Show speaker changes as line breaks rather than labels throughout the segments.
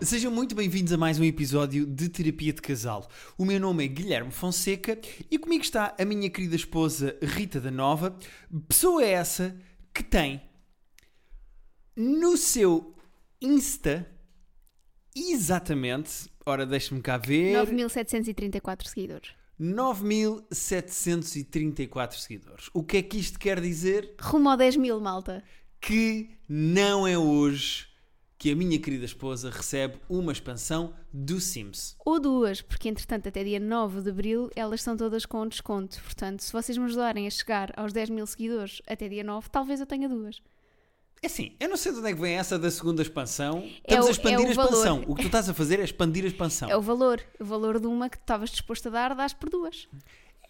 Sejam muito bem-vindos a mais um episódio de Terapia de Casal. O meu nome é Guilherme Fonseca e comigo está a minha querida esposa Rita da Nova, pessoa é essa que tem no seu Insta exatamente, ora deixa-me cá ver,
9.734 seguidores.
9.734 seguidores. O que é que isto quer dizer?
Rumo ao 10 mil, malta.
que não é hoje que a minha querida esposa recebe uma expansão do Sims.
Ou duas, porque entretanto até dia 9 de Abril elas são todas com um desconto. Portanto, se vocês me ajudarem a chegar aos 10 mil seguidores até dia 9, talvez eu tenha duas.
É assim, eu não sei de onde é que vem essa da segunda expansão.
É
Estamos
o-
a expandir
é o
a expansão.
valor.
O que tu estás a fazer é expandir a expansão.
É o valor. O valor de uma que tu estavas disposto a dar, dás por duas.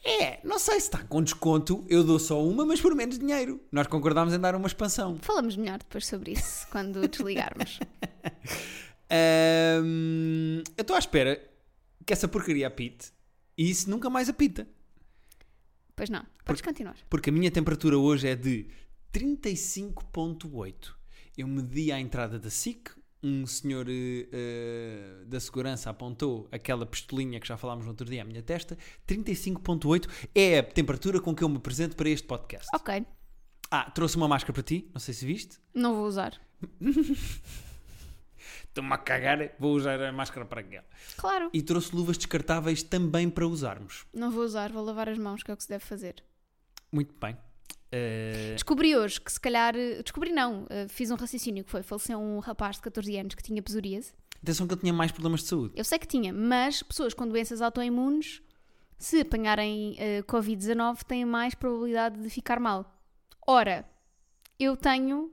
É, não sei se está com desconto, eu dou só uma, mas por menos dinheiro. Nós concordámos em dar uma expansão.
Falamos melhor depois sobre isso, quando desligarmos.
Ahm, eu estou à espera que essa porcaria apite e isso nunca mais apita.
pois não, podes continuar.
Porque a minha temperatura hoje é de 35.8. Eu medi à entrada da SIC, um senhor eh, eh, da segurança apontou aquela pistolinha que já falámos no outro dia à minha testa. 35.8 é a temperatura com que eu me apresento para este podcast.
Ok,
Ah, trouxe uma máscara para ti, não sei se viste.
não vou usar.
Estou-me a cagar, vou usar a máscara para aquela.
Claro,
E trouxe luvas descartáveis também para usarmos.
não vou usar, vou lavar as mãos, que é o que se deve fazer.
Muito bem. Eh,
Descobri hoje que se calhar. Descobri não, eh, fiz um raciocínio que foi: faleceu um rapaz de 14 anos que tinha psoríase.
atenção que eu tinha mais problemas de saúde.
Eu sei que tinha, mas pessoas com doenças autoimunes, se apanharem eh, Covid-19, têm mais probabilidade de ficar mal. Ora, eu tenho.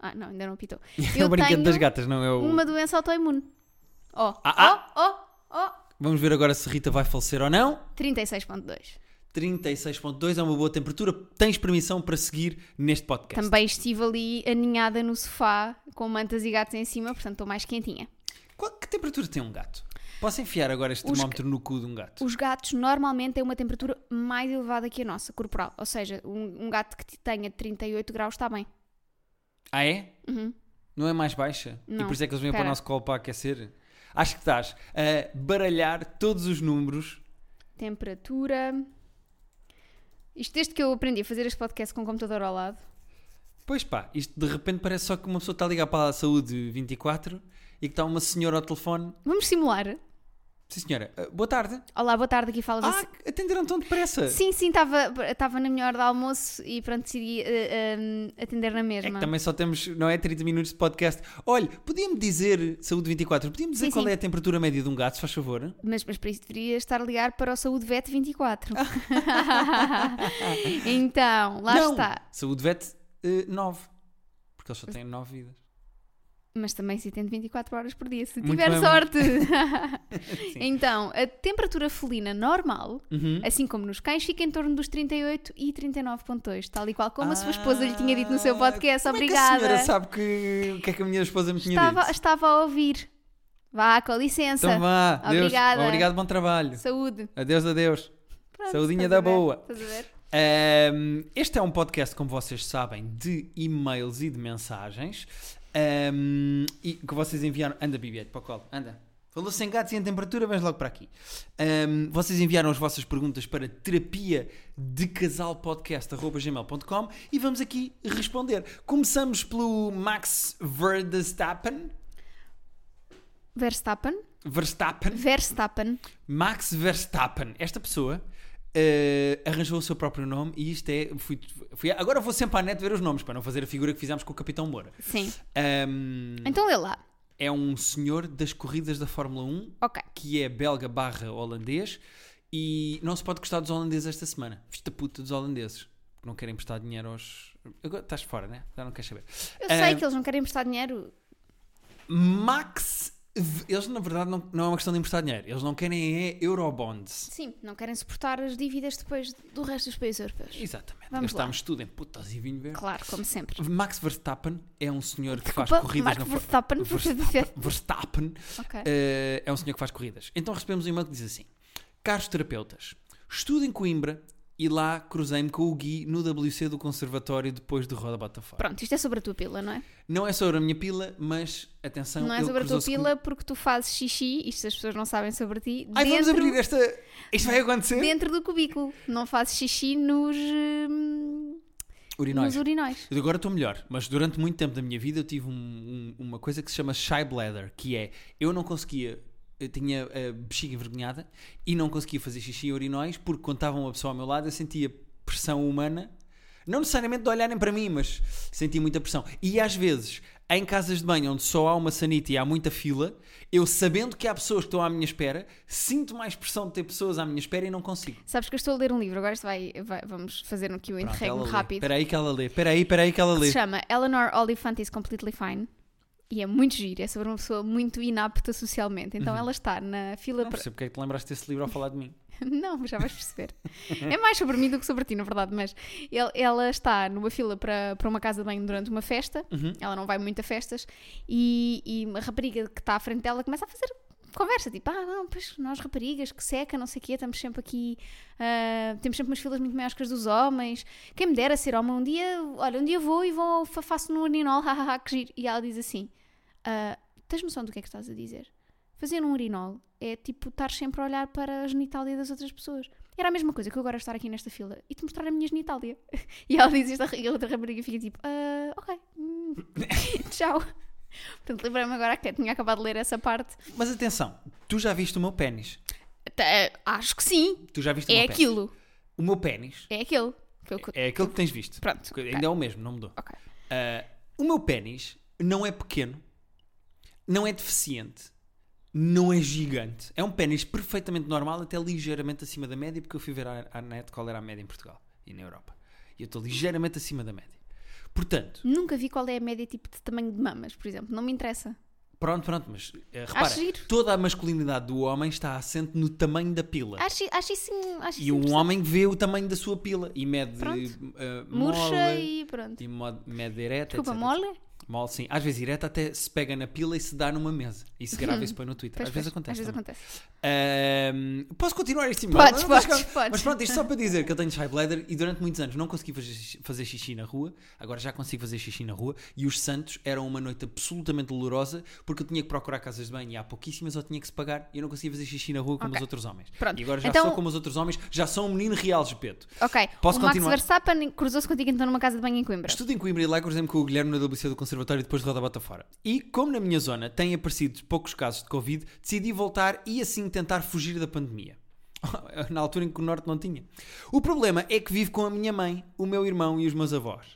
Ah, não, ainda não pitou.
é
Eu
o brinquedo
tenho
das gatas, não é o...
uma doença autoimune. Oh, Ó,
Ah, ah!
ó, ó, ó.
Vamos ver agora se Rita vai falecer ou não.
36,2.
36.2 é uma boa temperatura. Tens permissão para seguir neste podcast.
Também estive ali aninhada no sofá com mantas e gatos em cima, portanto estou mais quentinha.
Qual- que temperatura tem um gato? Posso enfiar agora este
Os
termómetro no cu de um gato?
Os gatos normalmente têm uma temperatura mais elevada que a nossa, corporal. Ou seja, um, um gato que te- tenha 38 graus está bem.
Ah, é?
Uhum.
Não é mais baixa? E
Não.
por isso é que eles vêm para o
Espera.
nosso colo para aquecer? Acho que estás a baralhar todos os números.
Temperatura. Isto desde que eu aprendi a fazer este podcast com o computador ao lado.
Pois pá, isto de repente parece só que uma pessoa está a ligar para a saúde 24 e que está uma senhora ao telefone.
Vamos simular.
Sim senhora, ah, boa tarde.
Olá, boa tarde, aqui falas
Ah, atenderam tão depressa.
Sim, sim, estava na minha hora de almoço e pronto, decidi eh, eh, atender na
É que
mesma.
também só temos, não é, 30 minutos de podcast. Olha, podia-me dizer, Saúde 24, podia-me dizer
Sim,
qual
sim.
é a temperatura média de um gato, se faz favor?
Mas, mas para isso deveria estar a ligar para o Saúde Vet 24. então, lá
não,
está.
Saúde Vet, eh, 9. Porque eles só têm 9 vidas.
Mas também se atende 24 horas por dia, se
Muito
tiver
bem.
sorte. então, a temperatura felina normal
Hum?
Assim como nos cães, fica em torno dos 38 e 39,2, tal e qual como a sua esposa lhe tinha dito no seu podcast.
Como é que
Obrigada.
a senhora sabe que, o que é que a minha esposa me tinha
estava,
dito?
estava a ouvir. Vá, com licença.
Então vá, Deus,
Obrigada.
obrigado, bom trabalho.
Saúde.
Adeus, adeus.
Pronto,
Saudinha
estás a
da
ver,
boa.
estás a ver?
Ahm, este é um podcast, como vocês sabem, de e-mails e de mensagens ahm, e que vocês enviaram. Anda, Bibiete, para o colo, anda. Falou sem gatos e em temperatura, vens logo para aqui. Ahm, vocês enviaram as vossas perguntas para terapia de casalpodcast.gmail.com e vamos aqui responder. Começamos pelo Max Verstappen.
Verstappen.
Verstappen.
Verstappen.
Max Verstappen, esta pessoa eh, arranjou o seu próprio nome e isto é. Fui, fui- agora vou sempre à net ver os nomes para não fazer a figura que fizemos com o Capitão Moura.
Sim.
Ahm,
Então lê lá.
é um senhor das corridas da Fórmula 1
Ok.
que é belga barra holandês e não se pode gostar dos holandeses esta semana. Vista puta dos holandeses. que Não querem prestar dinheiro aos. Agora estás fora, né? Já não queres saber.
Eu
Ah,
sei que eles não querem emprestar dinheiro.
Max. Eles, na verdade, não, não é uma questão de emprestar dinheiro. Eles não querem é Eurobonds.
Sim, não querem suportar as dívidas depois do resto dos países europeus.
Exatamente.
Vamos
Gastámos tudo em putas e vinho verde.
Claro, como sempre.
Max Verstappen é um senhor que faz
Opa,
corridas
Marco
na Fórmula
Verstappen.
Verstappen, Verstappen,
Ok.
eh, é um senhor que faz corridas. Então recebemos um e-mail que diz assim: Caros terapeutas, estudo em Coimbra e lá cruzei-me com o Gui no WC do Conservatório depois do Roda Botafogo.
Pronto, isto é sobre a tua pila, não é?
Não é sobre a minha pila, mas atenção,
não é
ele
sobre a tua
cruzou-se com-
pila porque tu fazes xixi, isto as pessoas não sabem sobre ti,
Ai, vamos
dentro,
abrir esta. Isto vai acontecer?
dentro do cubículo. Não fazes xixi nos, hum,
Urinóis.
nos urinóis.
Eu Agora estou melhor, mas durante muito tempo da minha vida eu tive um- um- uma coisa que se chama shy bladder, que é eu não conseguia, eu tinha a bexiga envergonhada e não conseguia fazer xixi e urinóis porque quando estava uma pessoa ao meu lado eu sentia pressão humana, não necessariamente de olharem para mim, mas sentia muita pressão. E às vezes, em casas de banho onde só há uma sanita e há muita fila, eu sabendo que há pessoas que estão à minha espera, sinto mais pressão de ter pessoas à minha espera e não consigo.
Sabes que eu estou a ler um livro, agora isto vai, vai- vamos fazer um Q&A
Pronto, ela lê.
rápido.
Espera aí que ela lê, espera aí, espera aí que ela
que
lê.
se chama Eleanor Oliphant is Completely Fine. E é muito giro, é sobre uma pessoa muito inapta socialmente. Então
Uhum.
ela está na fila.
Não
para-
percebo porque é que te lembraste desse livro ao falar de mim.
Não, já vais perceber. é mais sobre mim do que sobre ti, na verdade, mas el- ela está numa fila para, para uma casa de banho durante uma festa, ela não vai muito a festas, e, e uma rapariga que está à frente dela começa a fazer conversa, tipo, ah, não, pois nós raparigas, que seca, não sei o quê, estamos sempre aqui, ah, temos sempre umas filas muito maiores que as dos homens, quem me dera ser homem, um dia, olha, um dia vou e vou, fa- faço no urinol, hahaha, que giro. E ela diz assim, ah, tens noção do que é que estás a dizer? Fazer um urinol é tipo estar sempre a olhar para a genitália das outras pessoas. Era a mesma coisa que eu agora estar aqui nesta fila e te mostrar a minha genitália. E ela diz isto e a outra rapariga fica tipo, ah, ok, hum, tchau. Portanto, lembrei-me agora que eu tinha acabado de ler essa parte.
Mas atenção, tu já viste o meu pênis.
Até, acho que sim,
Tu já viste o
é
meu pênis.
aquilo,
O meu pênis
é aquele. Que eu-
é aquele que tens visto.
Pronto,
Que
ok.
Ainda é o mesmo, não mudou.
Ok.
Ah, o meu pênis não é pequeno, não é deficiente, não é gigante. É um pênis perfeitamente normal, até ligeiramente acima da média, porque eu fui ver à, à net qual era a média em Portugal e na Europa. E eu estou ligeiramente acima da média. Portanto,
Nunca vi qual é a média tipo de tamanho de mamas, por exemplo, não me interessa.
pronto, pronto, mas eh, repara,
giro.
toda a masculinidade do homem está assente no tamanho da pila.
Acho, acho isso, acho
E
isso
um
interessante.
homem vê o tamanho da sua pila e mede
Pronto.
eh,
murcha
mole
e pronto.
e mod- mede ereta.
Desculpa,
etc.
mole?
Mole, sim. Às vezes ereta até se pega na pila e se dá numa mesa. E se grava e se põe no Twitter.
Pois,
às vezes
pois,
acontece. é?
Às vezes
também.
acontece.
Ahm, posso continuar este e-mail?
Podes,
Não, mas-
podes, podes.
Mas pronto, isto só para dizer que eu tenho shy bladder e durante muitos anos não consegui fazer xixi- fazer xixi na rua. Agora já consigo fazer xixi na rua. E os Santos eram uma noite absolutamente dolorosa porque eu tinha que procurar casas de banho e há pouquíssimas ou tinha que se pagar e eu não conseguia fazer xixi na rua como
Ok.
os outros homens.
Pronto.
E agora já
Então-
sou como os outros homens, já sou um menino real, Gepeto.
Ok,
Posso
o Max
continuar?
Verstappen cruzou-se contigo então numa casa de banho em Coimbra.
Estudo em Coimbra e lá cruzei-me com o Guilherme na WC do Conservatório e depois de roda bota fora. E, como na minha zona têm aparecido poucos casos de Covid, decidi voltar e assim tentar fugir da pandemia. na altura em que o Norte não tinha. O problema é que vivo com a minha mãe, o meu irmão e os meus avós.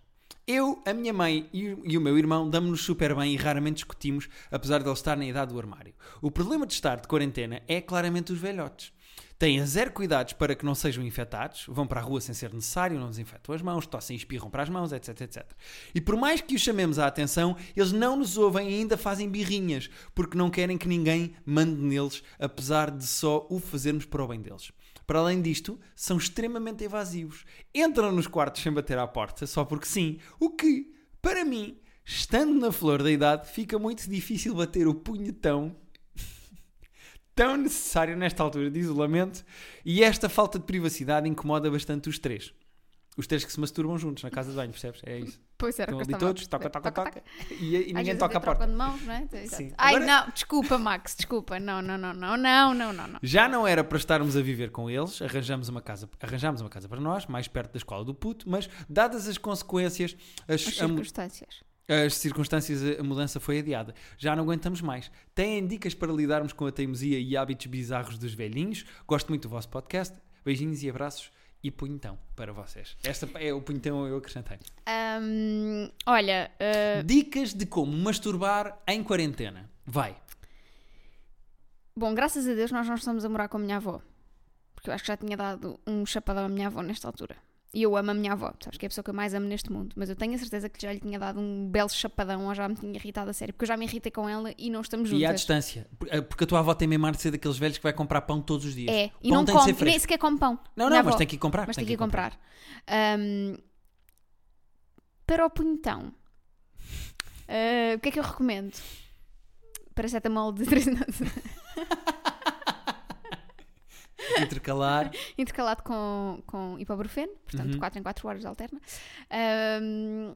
Eu, a minha mãe e o- e o meu irmão damos-nos super bem e raramente discutimos, apesar de ele estar na idade do armário. O problema de estar de quarentena é claramente os velhotes. Têm zero cuidados para que não sejam infectados, vão para a rua sem ser necessário, não desinfetam as mãos, tossem e espirram para as mãos, etc, etc. E por mais que os chamemos à atenção, eles não nos ouvem e ainda fazem birrinhas, porque não querem que ninguém mande neles, apesar de só o fazermos para o bem deles. Para além disto, são extremamente evasivos. Entram nos quartos sem bater à porta, só porque sim, o que, para mim, estando na flor da idade, fica muito difícil bater o punhetão tão necessário nesta altura de isolamento e esta falta de privacidade incomoda bastante os três. Os três que se masturbam juntos na casa de banho, percebes? É isso.
Pois era,
Estão
que eu
ali
estava a
todos, toca,
perceber.
toca, toca. E, e
Às
ninguém
vezes
toca
até
a porta.
trocam de mãos, não é? Então, exato.
Sim.
Ai,
Agora-
não, desculpa, Max, desculpa. Não, não, não, não, não, não, não, não.
Já não era para estarmos a viver com eles, arranjamos uma casa, arranjámos uma casa para nós, mais perto da escola do puto, mas dadas as consequências, as,
As
a mu-
circunstâncias.
As circunstâncias, a mudança foi adiada. Já não aguentamos mais. Têm dicas para lidarmos com a teimosia e hábitos bizarros dos velhinhos? Gosto muito do vosso podcast. Beijinhos e abraços e punhetão para vocês. Esta é o punhetão eu acrescentei.
Hum, olha, uh,
Dicas de como masturbar em quarentena. Vai.
bom, graças a Deus nós não estamos a morar com a minha avó. Porque eu acho que já tinha dado um chapadão à minha avó nesta altura. E eu amo a minha avó, sabes que é a pessoa que eu mais amo neste mundo. Mas eu tenho a certeza que já lhe tinha dado um belo chapadão ou já me tinha irritado a sério. Porque eu já me irritei com ela e não estamos juntas.
E à distância. Por- eh, Porque a tua avó tem mesmo ar de ser daqueles velhos que vai comprar pão todos os dias.
É,
O
e
pão
não
tem de
come,
ser
nem
fresco.
sequer come pão.
Não,
Minha
não, mas
avó.
tem que ir comprar.
Mas tem que ir comprar. Ahm, para o punhetão, ah, o que é que eu recomendo? Paracetamol de 3
intercalar.
intercalado com, com ibuprofeno, portanto,
Uhum.
4 em 4 horas alterna. Ahm,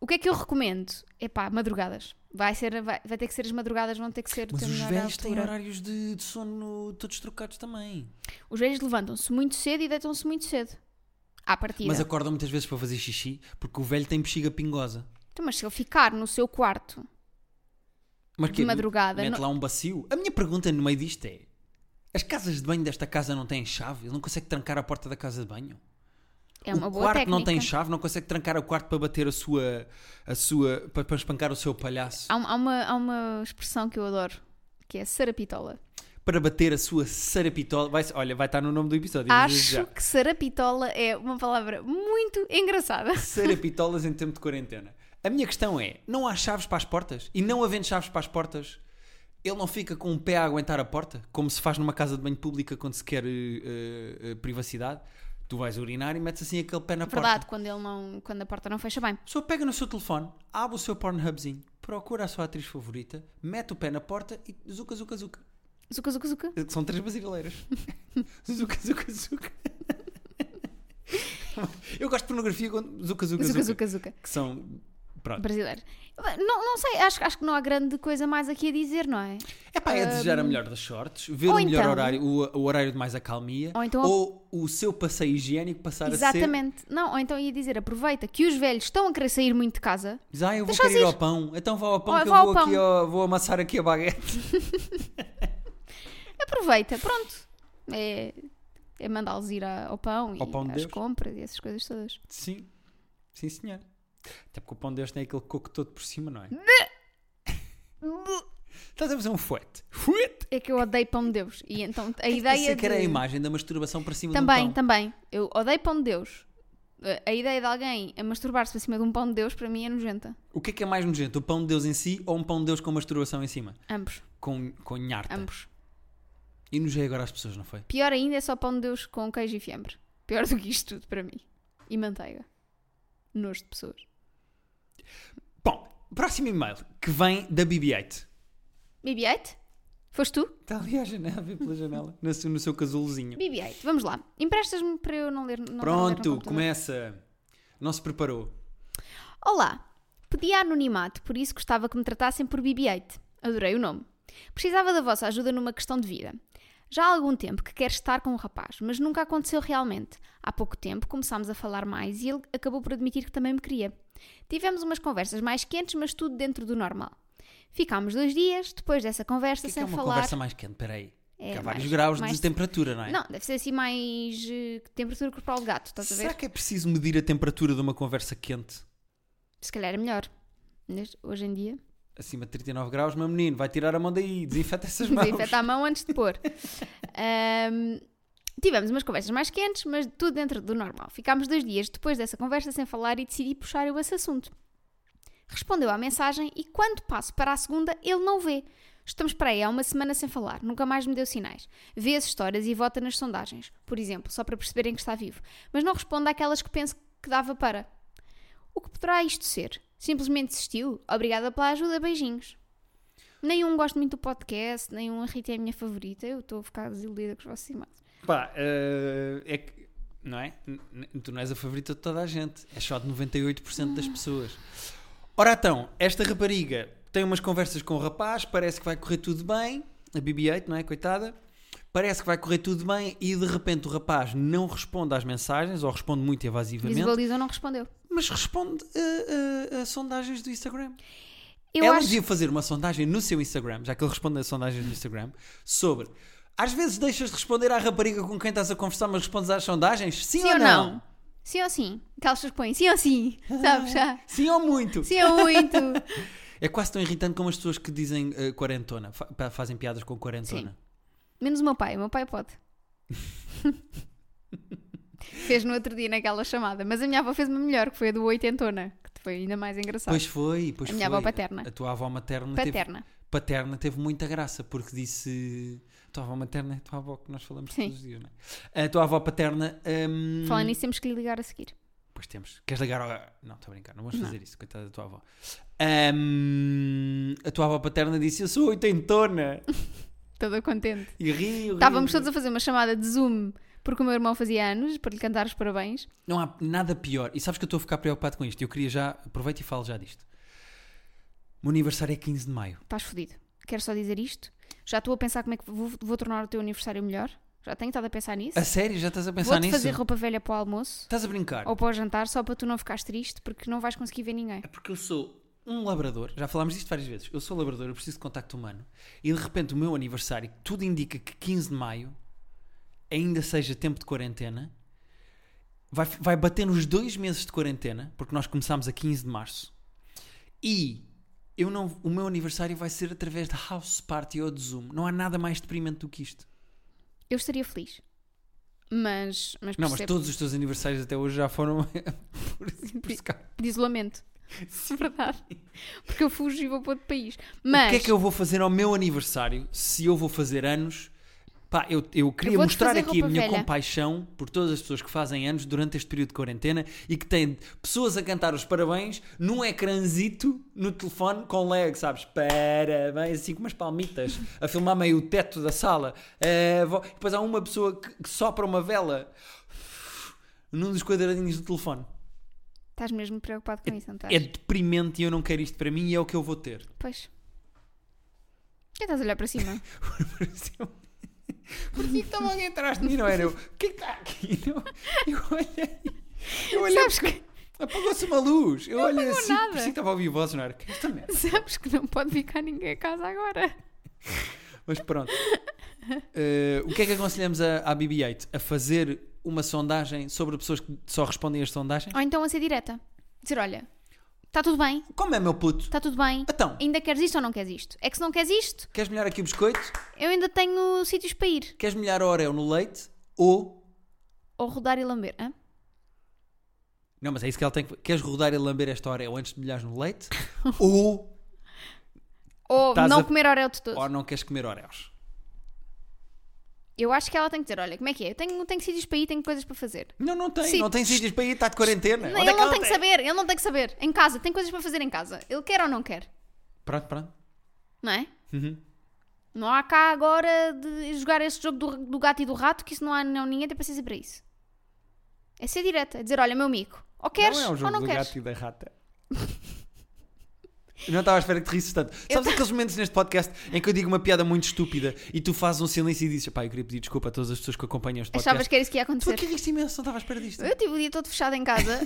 o que é que eu recomendo? Epá, madrugadas. Vai, ser, vai, vai ter que ser as madrugadas, vão ter que ser o
Mas
teu
os
melhor
velhos têm
altura.
horários de, de sono todos trocados também.
Os velhos levantam-se muito cedo e deitam-se muito cedo. À partida.
Mas acordam muitas vezes para fazer xixi, porque o velho tem bexiga pingosa.
Então, mas se ele ficar no seu quarto
Mas
de madrugada,
Mete
não-
lá um bacio. A minha pergunta no meio disto é: as casas de banho desta casa não têm chave? Ele não consegue trancar a porta da casa de banho?
é uma
o
boa
quarto
técnica.
não tem chave, não consegue trancar o quarto para bater a sua. a sua. para, para espancar o seu palhaço.
Há, um- há uma, há uma expressão que eu adoro, que é sarapitola.
Para bater a sua sarapitola. Vai, olha, vai estar no nome do episódio. eu digo
Acho
já.
que sarapitola é uma palavra muito engraçada.
Sarapitolas em tempo de quarentena. A minha questão é: não há chaves para as portas? E não havendo chaves para as portas, ele não fica com o pé a aguentar a porta? Como se faz numa casa de banho pública quando se quer eh, eh, eh, privacidade? Tu vais urinar e metes assim aquele pé na porta.
É Verdade, quando, ele não, quando a porta não fecha bem.
A pessoa pega no seu telefone, abre o seu Pornhubzinho, procura a sua atriz favorita, mete o pé na porta e zuca, zuca, zuca. Eh,
Zuca, zuca, zuca.
São três brasileiras. zuca, zuca, zuca. Eu gosto de pornografia quando zuca, zuca,
Zuca,
zuca.
zuca, zuca.
Que são. Pronto.
Brasileiro. Não, não sei, acho, acho que não há grande coisa mais aqui a dizer, não é?
É pá, é desejar a melhor das sortes, ver o
ou
melhor
então-
horário, o, o horário de mais acalmia,
Ou então-
o seu passeio higiênico passar a ser.
Exatamente. Não, ou então ia dizer, aproveita que os velhos estão a querer sair muito de casa.
Diz, Ah, eu vou
Deixa
querer ir
ir.
ao pão, então vá ao pão
Ou
que eu
vá ao
vou, aqui
pão.
ao- vou amassar aqui a baguete.
Aproveita, pronto. É, é mandá-los ir a- ao pão e
Ao pão de
às
Deus.
compras e essas coisas todas.
Sim, sim senhor. Até porque o pão de Deus tem aquele coco todo por cima, não é? Estás a fazer um fuete. Fuete!
É que eu odeio pão de Deus. E então a
Pensei
ideia.
é que era a
de-
imagem da masturbação para cima
Também,
de um pão.
também. Eu odeio pão de Deus. A- A ideia de alguém a masturbar-se para cima de um pão de Deus, para mim, é nojenta.
O que é que é mais nojento, o pão de Deus em si ou um pão de Deus com masturbação em cima?
Ambos,
Com, com nharta.
ambos.
E nojei agora as pessoas, não foi?
Pior ainda é só pão de Deus com queijo e fiambre. Pior do que isto tudo para mim. E manteiga. Nojo de pessoas.
Bom, próximo e-mail que vem da BB-8.
BB-8? Foste tu?
Está ali à janela, a ver pela janela, no seu, no seu casulozinho.
BB-8, vamos lá. Emprestas-me para eu não ler. Não estar a ler no
Pronto,
computador.
começa. Não se preparou.
Olá, pedi anonimato, por isso gostava que me tratassem por BB-8. Adorei o nome. Precisava da vossa ajuda numa questão de vida. Já há algum tempo que quero estar com o rapaz, mas nunca aconteceu realmente. Há pouco tempo começámos a falar mais e ele acabou por admitir que também me queria. Tivemos umas conversas mais quentes, mas tudo dentro do normal. Ficámos dois dias, depois dessa
O
conversa,
que é, que
sem
é uma
falar.
conversa mais quente? Peraí.
É,
que há vários
mais-
graus
mais-
de temperatura, não é?
Não, deve ser assim mais eh, temperatura corporal de gato, estás a ver?
Será que é preciso medir a temperatura de uma conversa quente?
Se calhar é melhor. Neste- Hoje em dia.
Acima de 39 graus, meu menino, vai tirar a mão daí, desinfeta essas mãos.
Desinfeta a mão antes de pôr. Ahm, tivemos umas conversas mais quentes, mas tudo dentro do normal. Ficámos dois dias depois dessa conversa sem falar e decidi puxar eu esse assunto. Respondeu à mensagem e quando passo para a segunda, ele não vê. Estamos para aí há uma semana sem falar, nunca mais me deu sinais. Vê as histórias e vota nas sondagens, por exemplo, só para perceberem que está vivo, mas não responde àquelas que penso que dava para. O que poderá isto ser? Simplesmente desistiu? Obrigada pela ajuda, beijinhos. Nenhum um gosto muito do podcast, nenhum a Rita é a minha favorita. Eu estou a ficar desiludida com os vossos irmãos.
Pá, eh, é que. Não é? N- n- Tu não és a favorita de toda a gente. És só de 98% das pessoas. Ora então, esta rapariga tem umas conversas com o rapaz, parece que vai correr tudo bem. A BB-8, não é? Coitada. Parece que vai correr tudo bem e de repente o rapaz não responde às mensagens ou responde muito evasivamente,
Visualizou, não respondeu.
mas responde eh, eh, a sondagens do Instagram.
Eu
Ela
acho.
devia fazer uma sondagem no seu Instagram, já que ele responde a sondagens no Instagram, sobre às vezes deixas de responder à rapariga com quem estás a conversar, mas respondes às sondagens? Sim,
Sim ou não? Sim ou sim? Aquelas pessoas que põem sim ou sim,
Ah.
sabes já?
Sim ou muito?
Sim ou muito.
É quase tão irritante como as pessoas que dizem eh, quarentona, fa- pa- fazem piadas com quarentona.
Menos o meu pai, o meu pai pode. fez no outro dia naquela chamada, mas a minha avó fez uma melhor, que foi a do oitentona, que foi ainda mais engraçada.
Pois foi, pois
A minha
foi.
avó paterna.
A tua avó materna teve,
Paterna.
paterna teve muita graça, porque disse. A tua avó materna é a tua avó que nós falamos
Sim.
todos os dias, não é? A tua avó paterna. hum,
Falando nisso, temos que lhe ligar a seguir.
Pois temos. Queres ligar ao. Não, estou a brincar, não vamos
Não.
fazer isso, coitada da tua avó. Ahm, a tua avó paterna disse: Eu sou oitentona.
toda contente.
E rio, rio.
Estávamos todos a fazer uma chamada de Zoom porque o meu irmão fazia anos, para lhe cantar os parabéns.
Não há nada pior. E sabes que eu estou a ficar preocupado com isto. Eu queria já. Aproveito e falo já disto. O meu aniversário é 15 de maio.
Estás fodido. Quero só dizer isto. Já estou a pensar como é que vou, vou tornar o teu aniversário melhor. Já tenho estado a pensar nisso.
A sério? Já estás a pensar
Vou-te
nisso? Tá.
fazer roupa velha para o almoço
Estás a brincar?
ou para o jantar só para tu não ficares triste porque não vais conseguir ver ninguém.
É porque eu sou um labrador. Já falámos disto várias vezes. Eu sou labrador, eu preciso de contacto humano. E de repente o meu aniversário, que tudo indica que 15 de maio, ainda seja tempo de quarentena, vai, vai bater nos dois meses de quarentena, porque nós começámos a 15 de março. E eu não, o meu aniversário vai ser através de house party ou de Zoom. Não há nada mais deprimente do que isto.
Eu estaria feliz. Mas, mas
Não, mas
percebo.
todos os teus aniversários até hoje já foram por, por Skype.
de isolamento. É verdade. Porque eu fujo e vou para outro país.
O
Mas
que é que eu vou fazer ao meu aniversário se eu vou fazer anos? Pá, eu, eu queria
vou-te
mostrar
fazer
aqui a
roupa
minha
velha.
compaixão por todas as pessoas que fazem anos durante este período de quarentena e que têm pessoas a cantar os parabéns num ecrãzito no telefone com lag, sabes? Parabéns, assim com umas palmitas, a filmar meio o teto da sala. Eh, vo- depois há uma pessoa que, que sopra uma vela num dos quadradinhos do telefone.
estás mesmo preocupado com isso, não estás?
É deprimente e eu não quero isto para mim e é o que eu vou ter.
Pois. Por que estás a olhar para cima?
Pareceu- Parecia que estava alguém atrás de mim, não era eu? O que é que está aqui? Eu, eu olhei. Eu olhei
Sabes que,
Apagou-se uma luz. Eu olhei
apagou
assim.
nada.
Parecia que estava a ouvir vozes, não era? Que é esta merda?
sabes que não pode ficar ninguém a casa agora.
Mas pronto. Eh, o que é que aconselhamos a- à BB-8? A fazer uma sondagem sobre pessoas que só respondem às sondagens?
Ou então a ser direta. Dizer, olha, está tudo bem,
Como é, meu puto?
está tudo bem.
Então,
Ainda queres isto ou não queres isto? É que se não queres isto,
queres melhor aqui o biscoito?
eu ainda tenho sítios para ir.
Queres melhor a Oreo no leite? Ou.
Ou rodar e lamber. hã?
Não, mas é isso que ela tem que. Queres rodar e lamber esta Oreo antes de molhares no leite? ou.
Ou
Estás
não
a-
comer orel de todo.
Ou não queres comer Oreos?
Eu acho que ela tem que dizer, olha, como é que é? Eu tenho, tenho sítios para ir, tenho coisas para fazer.
Não, não tem.
Sim.
Não tem sítios para ir, está de quarentena.
Não,
Onde
ele
é que
não
ela
tem que saber, ele não tem que saber. Em casa, tem coisas para fazer em casa. Ele quer ou não quer,
Pronto, pronto.
não é?
Uhum.
Não há cá agora de jogar este jogo do, do gato e do rato, que isso não há não, ninguém tem paciência para isso. É ser direta, é dizer, olha, meu amigo, ou queres
não é um jogo
ou não
do
queres.
gato e da rata. Eu não estava à espera que te risses tanto. Sabes aqueles momentos neste podcast em que eu digo uma piada muito estúpida e tu fazes um silêncio e dizes: pá, eu queria pedir desculpa a todas as pessoas que acompanham este podcast.
Achavas que era isso que ia
Tu
acontecer?
aqui riste imenso, não estava à espera disto.
Eu tive o dia todo fechado em casa,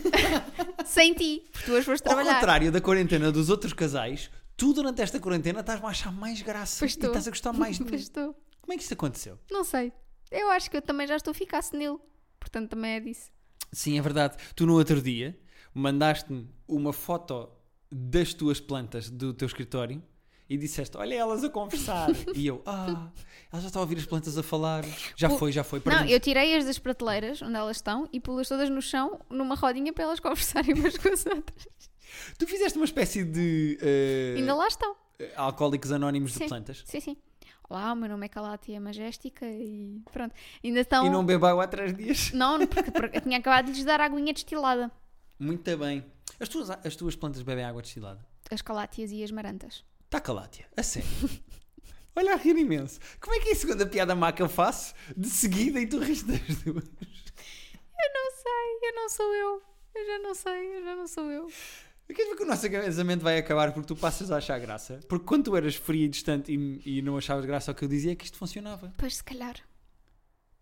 sem ti, porque tu hoje foste
Ao
trabalhar.
contrário da quarentena dos outros casais, tu durante esta quarentena estás-me a achar mais graça
Pois
e
estou.
estás a gostar mais de mim.
Pois estou.
Como é que isto aconteceu?
Não sei. Eu acho que eu também já estou a ficar senil. Portanto, também é disso.
Sim, é verdade. Tu no outro dia mandaste-me uma foto das tuas plantas do teu escritório e disseste: Olha elas a conversar. e eu, ah, elas já estão a ouvir as plantas a falar. Já
Pu-
foi, já foi.
Não,
Perdemos.
eu tirei-as das prateleiras, onde elas estão, e pô-las todas no chão, numa rodinha, para elas conversarem umas com as outras.
Tu fizeste uma espécie de eh,
Ainda lá estão.
eh, alcoólicos anónimos
Sim.
de plantas.
Sim, sim. Olá, o meu nome é Calatia Majestica e pronto. Ainda estão.
E não bebeu há três dias.
Não, porque, porque eu tinha acabado de lhes dar aguinha destilada.
Muito bem. As tuas, as tuas plantas bebem água destilada.
As Calatias e as Marantas.
Está calátia, a sério. Olha a rir imenso. Como é que é a segunda piada má que eu faço? De seguida e tu riste das duas.
Eu não sei, eu não sou eu. Eu já não sei, eu já não sou eu.
Queres ver que o nosso casamento vai acabar porque tu passas a achar graça? Porque quando tu eras fria e distante e, e não achavas graça ao que eu dizia, é que isto funcionava. É
Pois, se calhar.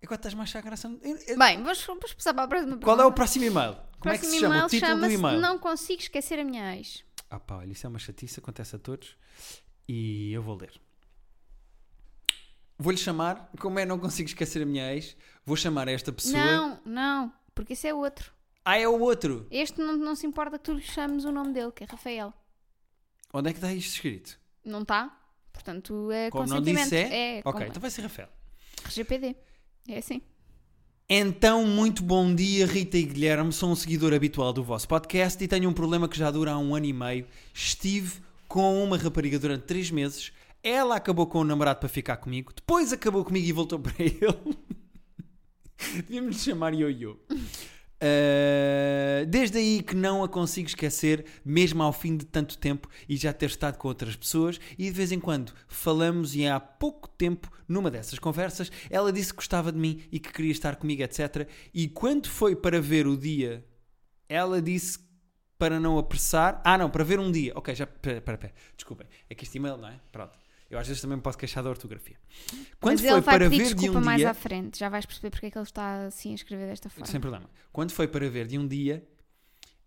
Agora estás-me a achar graça. Eu- eu-
Bem, vamos, vamos passar para a próxima
Qual é o
pergunta.
próximo e-mail? Como é que
próximo
se chama? O
e-mail
título do
chama-se
e-mail?
Não consigo esquecer a minha ex.
Ah pá, olha, isso é uma chatice, acontece a todos. E eu vou ler. Vou-lhe chamar, como é não consigo esquecer a minha ex, vou chamar esta pessoa.
Não, não, porque esse é outro.
Ah, é o outro.
Este não, não se importa que tu lhe chames o nome dele, que é Rafael.
Onde é que está isto escrito?
Não está? Portanto, é
Como não
consentimento.
disse é?
é
ok,
como-
então vai ser Rafael.
RGPD. É assim.
Então, muito bom dia, Rita e Guilherme. Sou um seguidor habitual do vosso podcast e tenho um problema que já dura há um ano e meio. Estive com uma rapariga durante três meses. Ela acabou com o namorado para ficar comigo, depois acabou comigo e voltou para ele. Devíamos lhe chamar Ioiô. Uh, desde aí que não a consigo esquecer, mesmo ao fim de tanto tempo e já ter estado com outras pessoas, e de vez em quando falamos, e há pouco tempo, numa dessas conversas, ela disse que gostava de mim e que queria estar comigo, etc. E quando foi para ver o dia, ela disse para não apressar. Ah, não, para ver um dia. Ok, já. Pera, pera, pera. Desculpem. É que este e-mail, não é? Pronto. Eu às vezes também me posso queixar da ortografia. Quando
Mas
foi
ele vai
para
pedir
ver de
desculpa
um
mais
dia.
à frente. Já vais perceber porque é que ele está assim a escrever desta forma.
Sem problema. Quando foi para ver de um dia,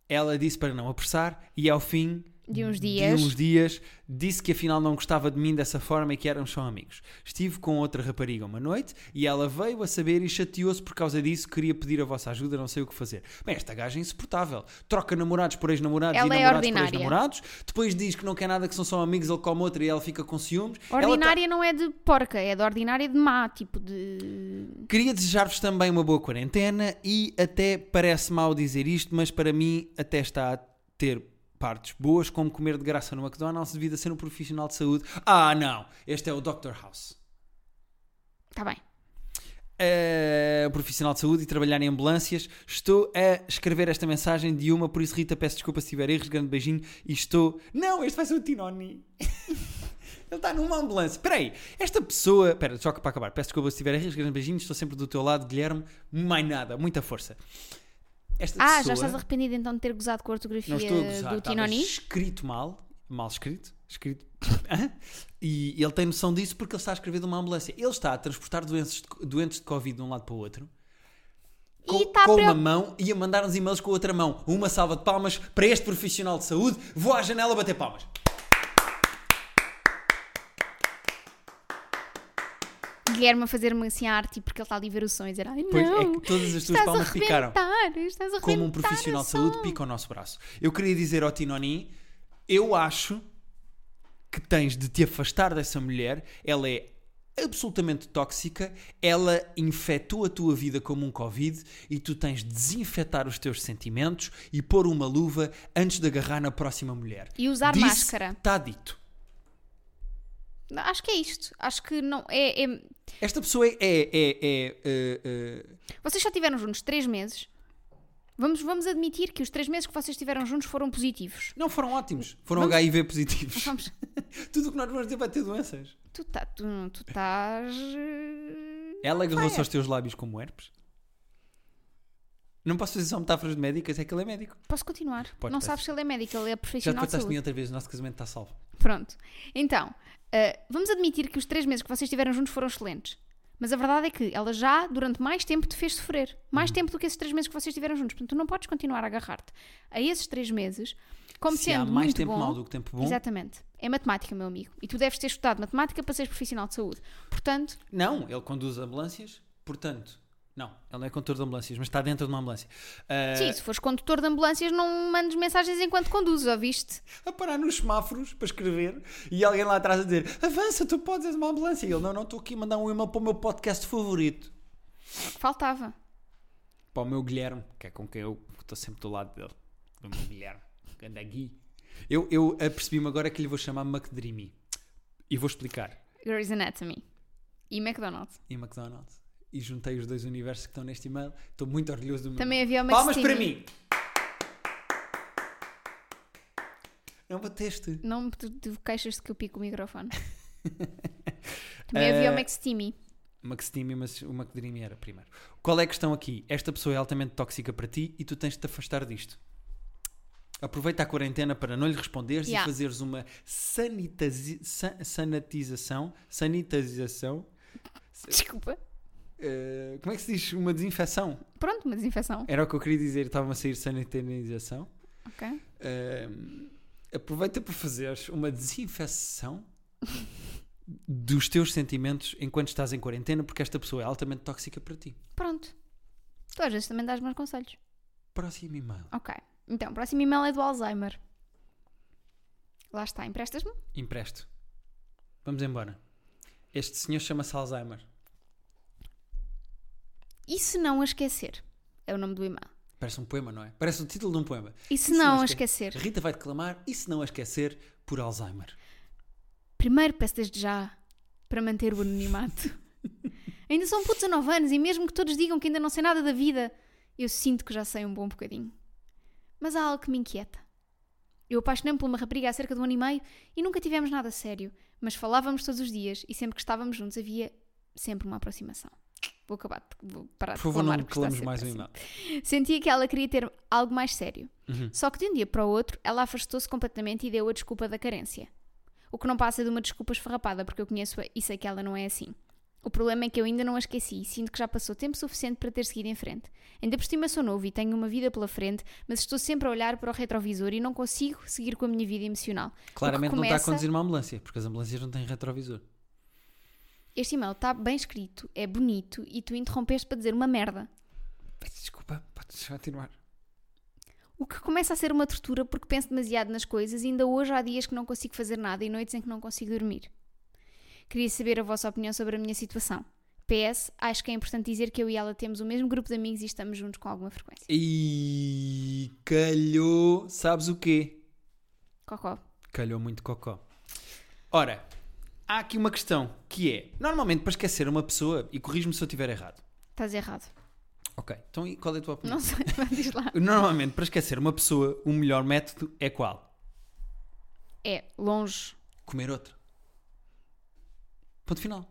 ela disse para não apressar e ao fim
De uns dias.
de uns dias, disse que afinal não gostava de mim dessa forma e que éramos só amigos. Estive com outra rapariga uma noite e ela veio a saber e chateou-se por causa disso, queria pedir a vossa ajuda, não sei o que fazer. Bem, esta gaja é insuportável. Troca namorados por ex-namorados e
Ela é
namorados por
ordinária.
ex-namorados. Depois diz que não quer nada, que são só amigos, ele come outra e ela fica com ciúmes. Ela tá-
Ordinária não é de porca, é de ordinária de má, tipo de.
Queria desejar-vos também uma boa quarentena e até parece mal dizer isto, mas para mim até está a ter partes boas, como comer de graça no McDonald's devido a ser um profissional de saúde. Ah, não! Este é o Dr. House.
Está Tá bem.
É um profissional de saúde e trabalhar em ambulâncias. Estou a escrever esta mensagem de uma, por isso, Rita, peço desculpa se tiver erros. Grande beijinho. E estou. Não, este vai ser o Tinoni. Ele está numa ambulância. Espera aí, esta pessoa. Espera, só que para acabar. Peço desculpa se tiver erros. Grande beijinho. Estou sempre do teu lado, Guilherme. Mais nada, muita força. Esta
Ah,
pessoa.
já estás arrependido então de ter gozado com a ortografia
Não estou a gozar, tá
do
estava
Tinoni?
escrito mal, mal escrito, escrito. Hã? e ele tem noção disso porque ele está a escrever de uma ambulância. Ele está a transportar doenças de- doentes de Covid de um lado para o outro. Com,
está
com
tá preocup-
uma mão e a mandar uns e-mails com a outra mão. Uma salva de palmas para este profissional de saúde. Vou à janela bater palmas.
Guilherme a fazer-me assim a arte porque ele está ali a ver o som e dizer: Ai não,
Pois é que todas as tuas
estás
palmas
a
picaram.
arrebentar, Estás a
Como um
arrebentar
profissional
o
de saúde
som."
pica o nosso braço. Eu queria dizer ao Tinoni, eu acho que tens de te afastar dessa mulher. Ela é absolutamente tóxica, ela infectou a tua vida como um Covid e tu tens de desinfetar os teus sentimentos e pôr uma luva antes de agarrar na próxima mulher.
E usar
Disse,
máscara.
Está dito.
Não, Acho que é isto. Acho que não. É, é-
Esta pessoa é. é, é, é, é,
Vocês só estiveram juntos três meses. Vamos, vamos admitir que os três meses que vocês estiveram juntos foram positivos.
não foram ótimos. Foram
Vamos-
HIV positivos.
Vamos.
Tudo o que nós vamos dizer vai ter doenças.
Tu, tá, tu, tu estás. eh,
Ela agarrou-se aos teus lábios como herpes? Não posso fazer só metáforas médicas, é que ele é médico.
Posso continuar?
Pode,
não
pode.
sabes se ele é médico, ele é
Já te
profissional de
contaste de
saúde.
mim outra vez, o nosso casamento está salvo.
Pronto. Então, ah, vamos admitir que os três meses que vocês estiveram juntos foram excelentes. Mas a verdade é que ela já, durante mais tempo, te fez sofrer. Mais
Uhum.
tempo do que esses três meses que vocês estiveram juntos. Portanto, tu não podes continuar a agarrar-te a esses três meses como
Se há
Um sendo
mais
muito
tempo
bom.
mau do que um. tempo bom.
Exatamente. É matemática, meu amigo. E tu deves ter estudado matemática para seres profissional de saúde. Portanto,
Não, ele conduz ambulâncias, portanto. Não, ele não é condutor de ambulâncias, mas está dentro de uma ambulância. Ah,
sim, se fores condutor de ambulâncias, não mandes mensagens enquanto conduzes, ouviste?
a parar nos semáforos para escrever e alguém lá atrás a dizer: Avança, tu podes és uma ambulância. E ele: Não, não, estou aqui a mandar um e-mail para o meu podcast favorito.
Faltava.
Para o meu Guilherme, que é com quem eu estou sempre do lado dele. Do meu Guilherme. Ganda Gui. Eu, eu apercebi-me agora que lhe vou chamar McDreamy. E vou explicar.
Grey's Anatomy. E McDonald's.
e McDonald's e juntei os dois universos que estão neste e-mail. Estou muito orgulhoso do meu.
Também é
e-mail.
havia o
Palmas
McSteamy.
para mim! Não bateste.
Não me tu- tu queixas de que eu pico o microfone. Também havia o Max Timmy.
McSteamy, mas o McDreamy era primeiro. Qual é a questão aqui? Esta pessoa é altamente tóxica para ti e tu tens de te afastar disto. Aproveita a quarentena para não lhe responderes
Yeah.
e fazeres uma sanitazi- sa- sanatização. Sanitização.
Desculpa.
eh, como é que se diz? Uma desinfecção.
Pronto, uma desinfecção.
Era o que eu queria dizer. Estava-me a sair sanitização.
Ok.
Ahm, aproveita para fazeres uma desinfecção dos teus sentimentos enquanto estás em quarentena, porque esta pessoa é altamente tóxica para ti.
Pronto. Tu às vezes também dás bons conselhos.
Próximo e-mail.
Ok. Então, o próximo e-mail é do Alzheimer. Lá está, emprestas-me?
Empresto. Vamos embora. Este senhor chama-se Alzheimer.
E se não a esquecer? É o nome do e-mail.
Parece um poema, não é? Parece o título de um poema.
E se não a esquecer?
Rita vai declamar e se não a esquecer por Alzheimer.
Primeiro peço desde já para manter o anonimato. ainda são putos a 9 anos e mesmo que todos digam que ainda não sei nada da vida, Eu sinto que já sei um bom bocadinho. Mas há algo que me inquieta. Eu apaixonei-me por uma rapariga há cerca de um ano e meio e nunca tivemos nada sério, mas falávamos todos os dias e sempre que estávamos juntos havia sempre uma aproximação. Vou acabar, de- vou parar
Por
de
favor, não
reclamar
me
que está a
colamos
ser
mais um
péssimo.
e-mail.
Sentia que ela queria ter algo mais sério.
Uhum.
Só que de um dia para o outro, ela afastou-se completamente e deu a desculpa da carência. O que não passa de uma desculpa esfarrapada, porque eu conheço-a e sei que ela não é assim. O problema é que eu ainda não a esqueci e sinto que já passou tempo suficiente para ter seguido em frente. Ainda por cima sou novo e tenho uma vida pela frente, mas estou sempre a olhar para o retrovisor e não consigo seguir com a minha vida emocional.
Claramente não está a
começa-
conduzir uma ambulância, porque as ambulâncias não têm retrovisor.
Este e-mail está bem escrito, é bonito e tu interrompeste para dizer uma merda.
Peço Desculpa, podes continuar.
O que começa a ser uma tortura porque penso demasiado nas coisas e ainda hoje há dias que não consigo fazer nada e noites em que não consigo dormir. Queria saber a vossa opinião sobre a minha situação. PS, acho que é importante dizer que eu e ela temos o mesmo grupo de amigos e estamos juntos com alguma frequência.
E calhou, sabes o quê?
Cocó.
Calhou muito cocó. Ora, há aqui uma questão que é: normalmente para esquecer uma pessoa, e corrijo-me se eu estiver errado.
Estás errado.
Ok, então e qual é a tua opinião?
Não sei, mas diz lá.
Normalmente para esquecer uma pessoa, o melhor método é qual?
É, longe.
Comer outra. Ponto final.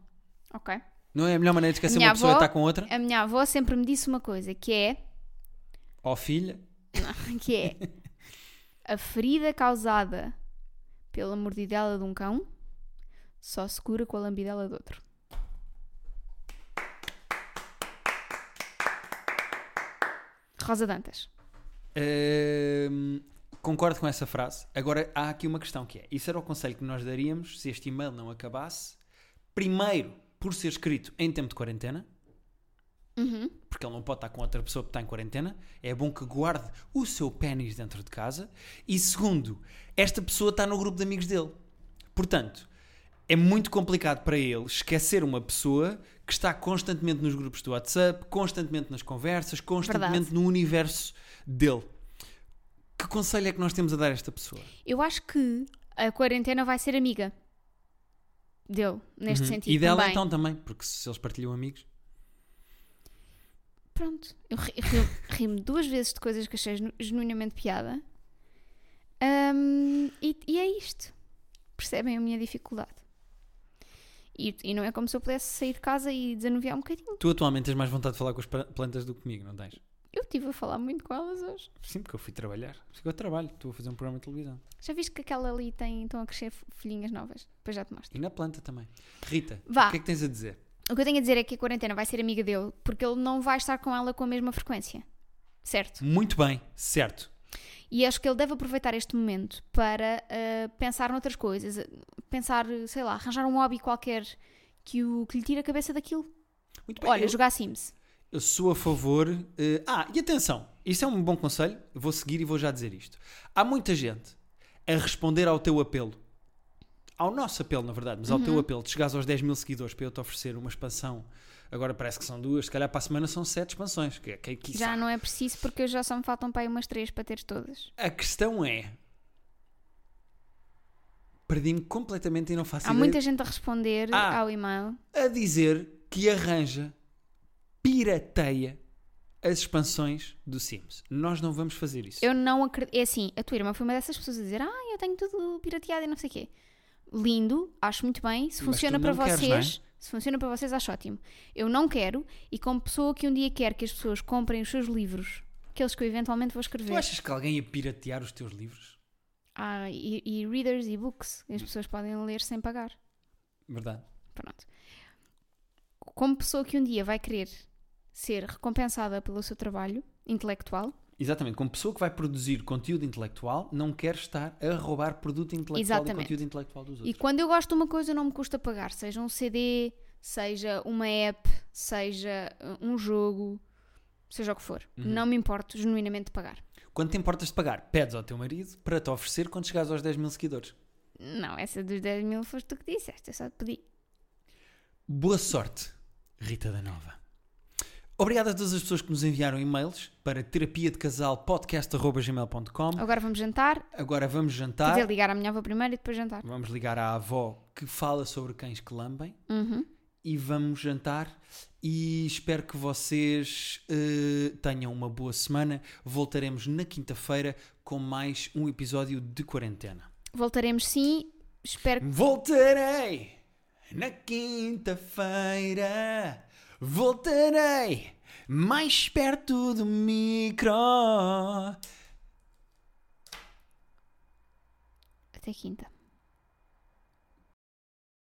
Ok.
Não é a melhor maneira de esquecer
Minha
uma pessoa
avó-
é estar com outra?
A minha avó sempre me disse uma coisa, que é...
Ou filha?
Que é... A ferida causada pela mordidela de um cão só se cura com a lambidela de outro. Rosa Dantas.
Hum, concordo com essa frase. Agora há aqui uma questão que é: isso era o conselho que nós daríamos se este e-mail não acabasse. Primeiro, por ser escrito em tempo de quarentena,
Uhum.
porque ele não pode estar com outra pessoa que está em quarentena. É bom que guarde o seu pênis dentro de casa. E segundo, esta pessoa está no grupo de amigos dele. Portanto, é muito complicado para ele esquecer uma pessoa que está constantemente nos grupos do WhatsApp, constantemente nas conversas, constantemente
Verdade.
no universo dele. Que conselho é que nós temos a dar a esta pessoa?
Eu acho que a quarentena vai ser amiga dele, neste sentido.
e dela
também.
então também, porque se eles partilham amigos.
Pronto. Eu ri- ri- ri-me duas vezes de coisas que achei genu- genuinamente piada. Ahm, e, e é isto. Percebem a minha dificuldade. E, e não é como se eu pudesse sair de casa e desanuviar um bocadinho.
Tu atualmente tens mais vontade de falar com as pra- plantas do que comigo, não tens?
Eu estive a falar muito com elas hoje.
Sim, porque eu fui trabalhar. Chegou a trabalho, estou a fazer um programa de televisão.
Já viste que aquela ali tem, estão a crescer f- folhinhas novas? Depois já te mostro.
E na planta também. Rita,
Vá.
o que é que tens a dizer?
O que eu tenho a dizer é que a quarentena vai ser amiga dele porque ele não vai estar com ela com a mesma frequência. Certo?
Muito bem, certo.
E acho que ele deve aproveitar este momento para ah, pensar noutras coisas, ah, pensar, sei lá, arranjar um hobby qualquer que, o, que lhe tire a cabeça daquilo.
Muito bem.
Olha,
eu,
jogar Sims.
eu sou a favor. eh, ah, e atenção, isso é um bom conselho, vou seguir e vou já dizer isto. Há muita gente a responder ao teu apelo. Ao nosso apelo, na verdade, mas ao
Uhum.
teu apelo de chegares aos 10 mil seguidores para eu te oferecer uma expansão. Agora parece que são duas, se calhar para a semana são sete expansões. Que, que, que
Já não é preciso porque já só me faltam para aí umas três para ter todas.
A questão é. Perdi-me completamente e não faço
Há
ideia
muita gente a responder
Ah.
ao e-mail.
a dizer que arranja, pirateia as expansões do Sims. Nós não vamos fazer isso.
Eu não acredito. É assim, a tua irmã foi uma dessas pessoas a dizer: Ah, eu tenho tudo pirateado e não sei o quê. Lindo, acho muito bem. Se
Mas
funciona
tu
para
não é? queres,
vocês,
não
se funciona para vocês, acho ótimo. Eu não quero, e como pessoa que um dia quer que as pessoas comprem os seus livros, aqueles que eu eventualmente vou escrever,
Tu achas que alguém ia piratear os teus livros?
ah, e, e readers e books, as pessoas podem ler sem pagar.
Verdade.
Pronto. Como pessoa que um dia vai querer ser recompensada pelo seu trabalho intelectual,
Exatamente. Como pessoa que vai produzir conteúdo intelectual, não quer estar a roubar produto intelectual e
Exatamente.
conteúdo intelectual dos
E
outros.
quando eu gosto de uma coisa, não me custa pagar. Seja um CD, seja uma app, seja uh, um jogo, seja o que for. Não me importo genuinamente de pagar.
Quando te importas de pagar, pedes ao teu marido para te oferecer quando chegares aos 10 mil seguidores.
Não, essa dos 10 mil foste tu que disseste, eu só te pedi.
Boa sorte, Rita da Nova. Obrigado a todas as pessoas que nos enviaram e-mails para terapia de casal podcast.gmail.com.
Agora vamos jantar.
Agora vamos
Quer
jantar.
dizer, ligar à minha avó primeiro e depois jantar.
Vamos ligar à avó que fala sobre cães que lambem
Uhum.
e vamos jantar. E espero que vocês eh, tenham uma boa semana. Voltaremos na quinta-feira com mais um episódio de quarentena.
Voltaremos sim. Espero
Uhum.
que.
Voltarei na quinta-feira. Voltarei mais perto do micro.
Até quinta.